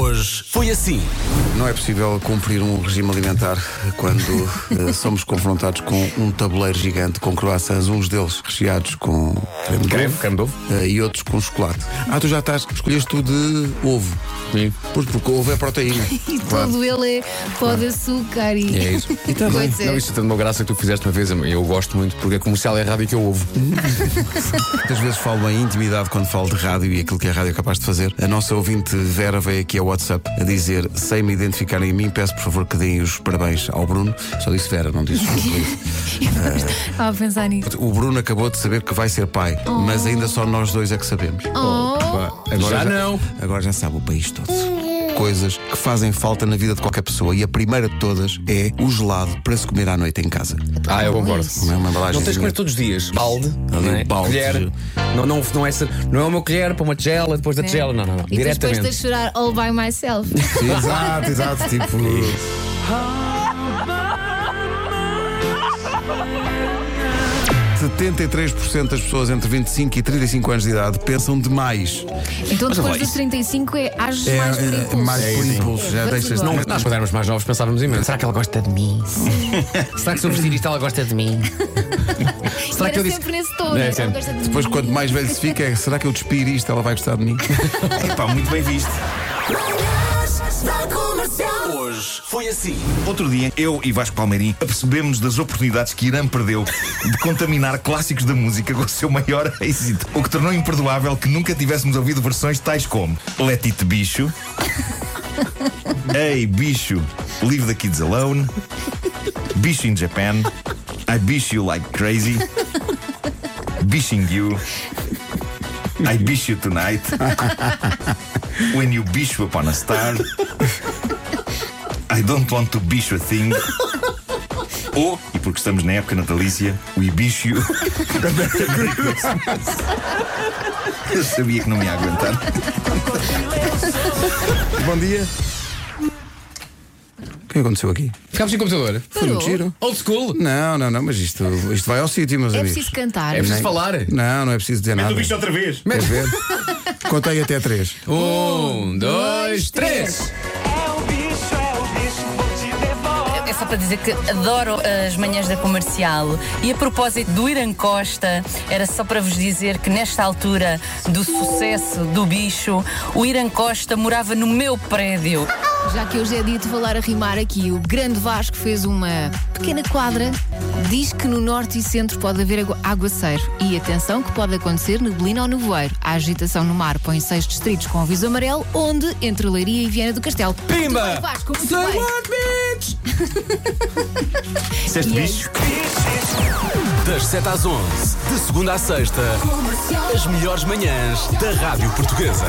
Hoje foi assim. Não é possível cumprir um regime alimentar quando eh, somos confrontados com um tabuleiro gigante com croissants, uns deles recheados com creme, de Creme, ovo, creme de ovo. eh, e outros com chocolate. Ah, tu já estás, escolheste tu de ovo. Sim. Pois porque ovo é proteína. E todo ele é pó de açúcar e. É isso. E também, Pois é. não, isso é uma graça que tu fizeste uma vez, eu gosto muito, porque a comercial é a rádio que eu ouvo. Muitas vezes falo em intimidade quando falo de rádio e aquilo que a rádio é capaz de fazer. A nossa ouvinte Vera veio aqui ao WhatsApp a dizer: sem me identificarem a mim, peço por favor que deem os parabéns ao Bruno. Só disse Vera, não disse Rodrigo. Estava a pensar nisso. O Bruno acabou de saber que vai ser pai, mas ainda só nós dois é que sabemos. Oh, Pá, Agora já, não. Agora já sabe o país todo. Coisas que fazem falta na vida de qualquer pessoa. E a primeira de todas é o gelado para se comer à noite em casa. Ah, eu concordo. Então, isso. Não é uma embalagem. Não tens de comer todos os dias. Balde, não é? balde. colher. Não, não, não, é, essa- não é uma colher para uma tigela, depois da tigela. Não, não, não. É. E depois Diretamente. de chorar all by myself. Exato, exato. Tipo. ...73% das pessoas entre 25 e 35 anos de idade pensam demais. Então depois dos 35 é ages É, mais é, por impulso. mais por impulso, já vamos deixas- embora. Mas nós, quando éramos mais novos, pensávamos imenso. Será que ela gosta de mim? Será que se eu vestir isto, ela gosta de mim? Será Era sempre nesse tom, né? é sempre. Ela gosta de Depois, mim. quanto mais velho se fica, é, será que eu despir isto? Ela vai gostar de mim? Pá, muito bem visto. Hoje foi assim. Outro dia, eu e Vasco Palmeirim apercebemos das oportunidades que Irã perdeu de contaminar clássicos da música com o seu maior êxito. O que tornou imperdoável que nunca tivéssemos ouvido versões tais como Letite Bicho, Ei Bicho, Leave the Kids Alone, Bicho in Japan, I Bicho You Like Crazy, Bishing You, I Bicho You Tonight, When You Bicho Upon a Star. I don't want to bicho a thing. Ou, e porque estamos na época natalícia, o Ibício. Eu sabia que não me ia aguentar. Bom dia. O que aconteceu aqui? Ficámos sem computador. Foi muito Parou? giro. Old school. Não, não, não, mas isto, isto vai ao sítio, meus É amigos. preciso cantar. É preciso Nem- falar. Não, não é preciso dizer nada. outra vez. Queres ver? Contei até três. Um, dois, três. É o bicho, é o bicho, vou te devorar. É só para dizer que adoro as manhãs da comercial. E a propósito do Irã Costa, era só para vos dizer que nesta altura do sucesso do bicho, o Irã Costa morava no meu prédio. Já que hoje é dia de falar a rimar aqui, o Grande Vasco fez uma pequena quadra. Diz que no norte e centro pode haver agu- aguaceiro. E atenção que pode acontecer neblina ou nevoeiro. Há agitação no mar põe seis distritos com aviso amarelo, onde entre Leiria e Viana do Castelo. Muito bem, Pimba! Vasco, muito Say bem. what, bitch? Disseste bicho? Das 7 às 11, de segunda à sexta, as melhores manhãs da Rádio Portuguesa.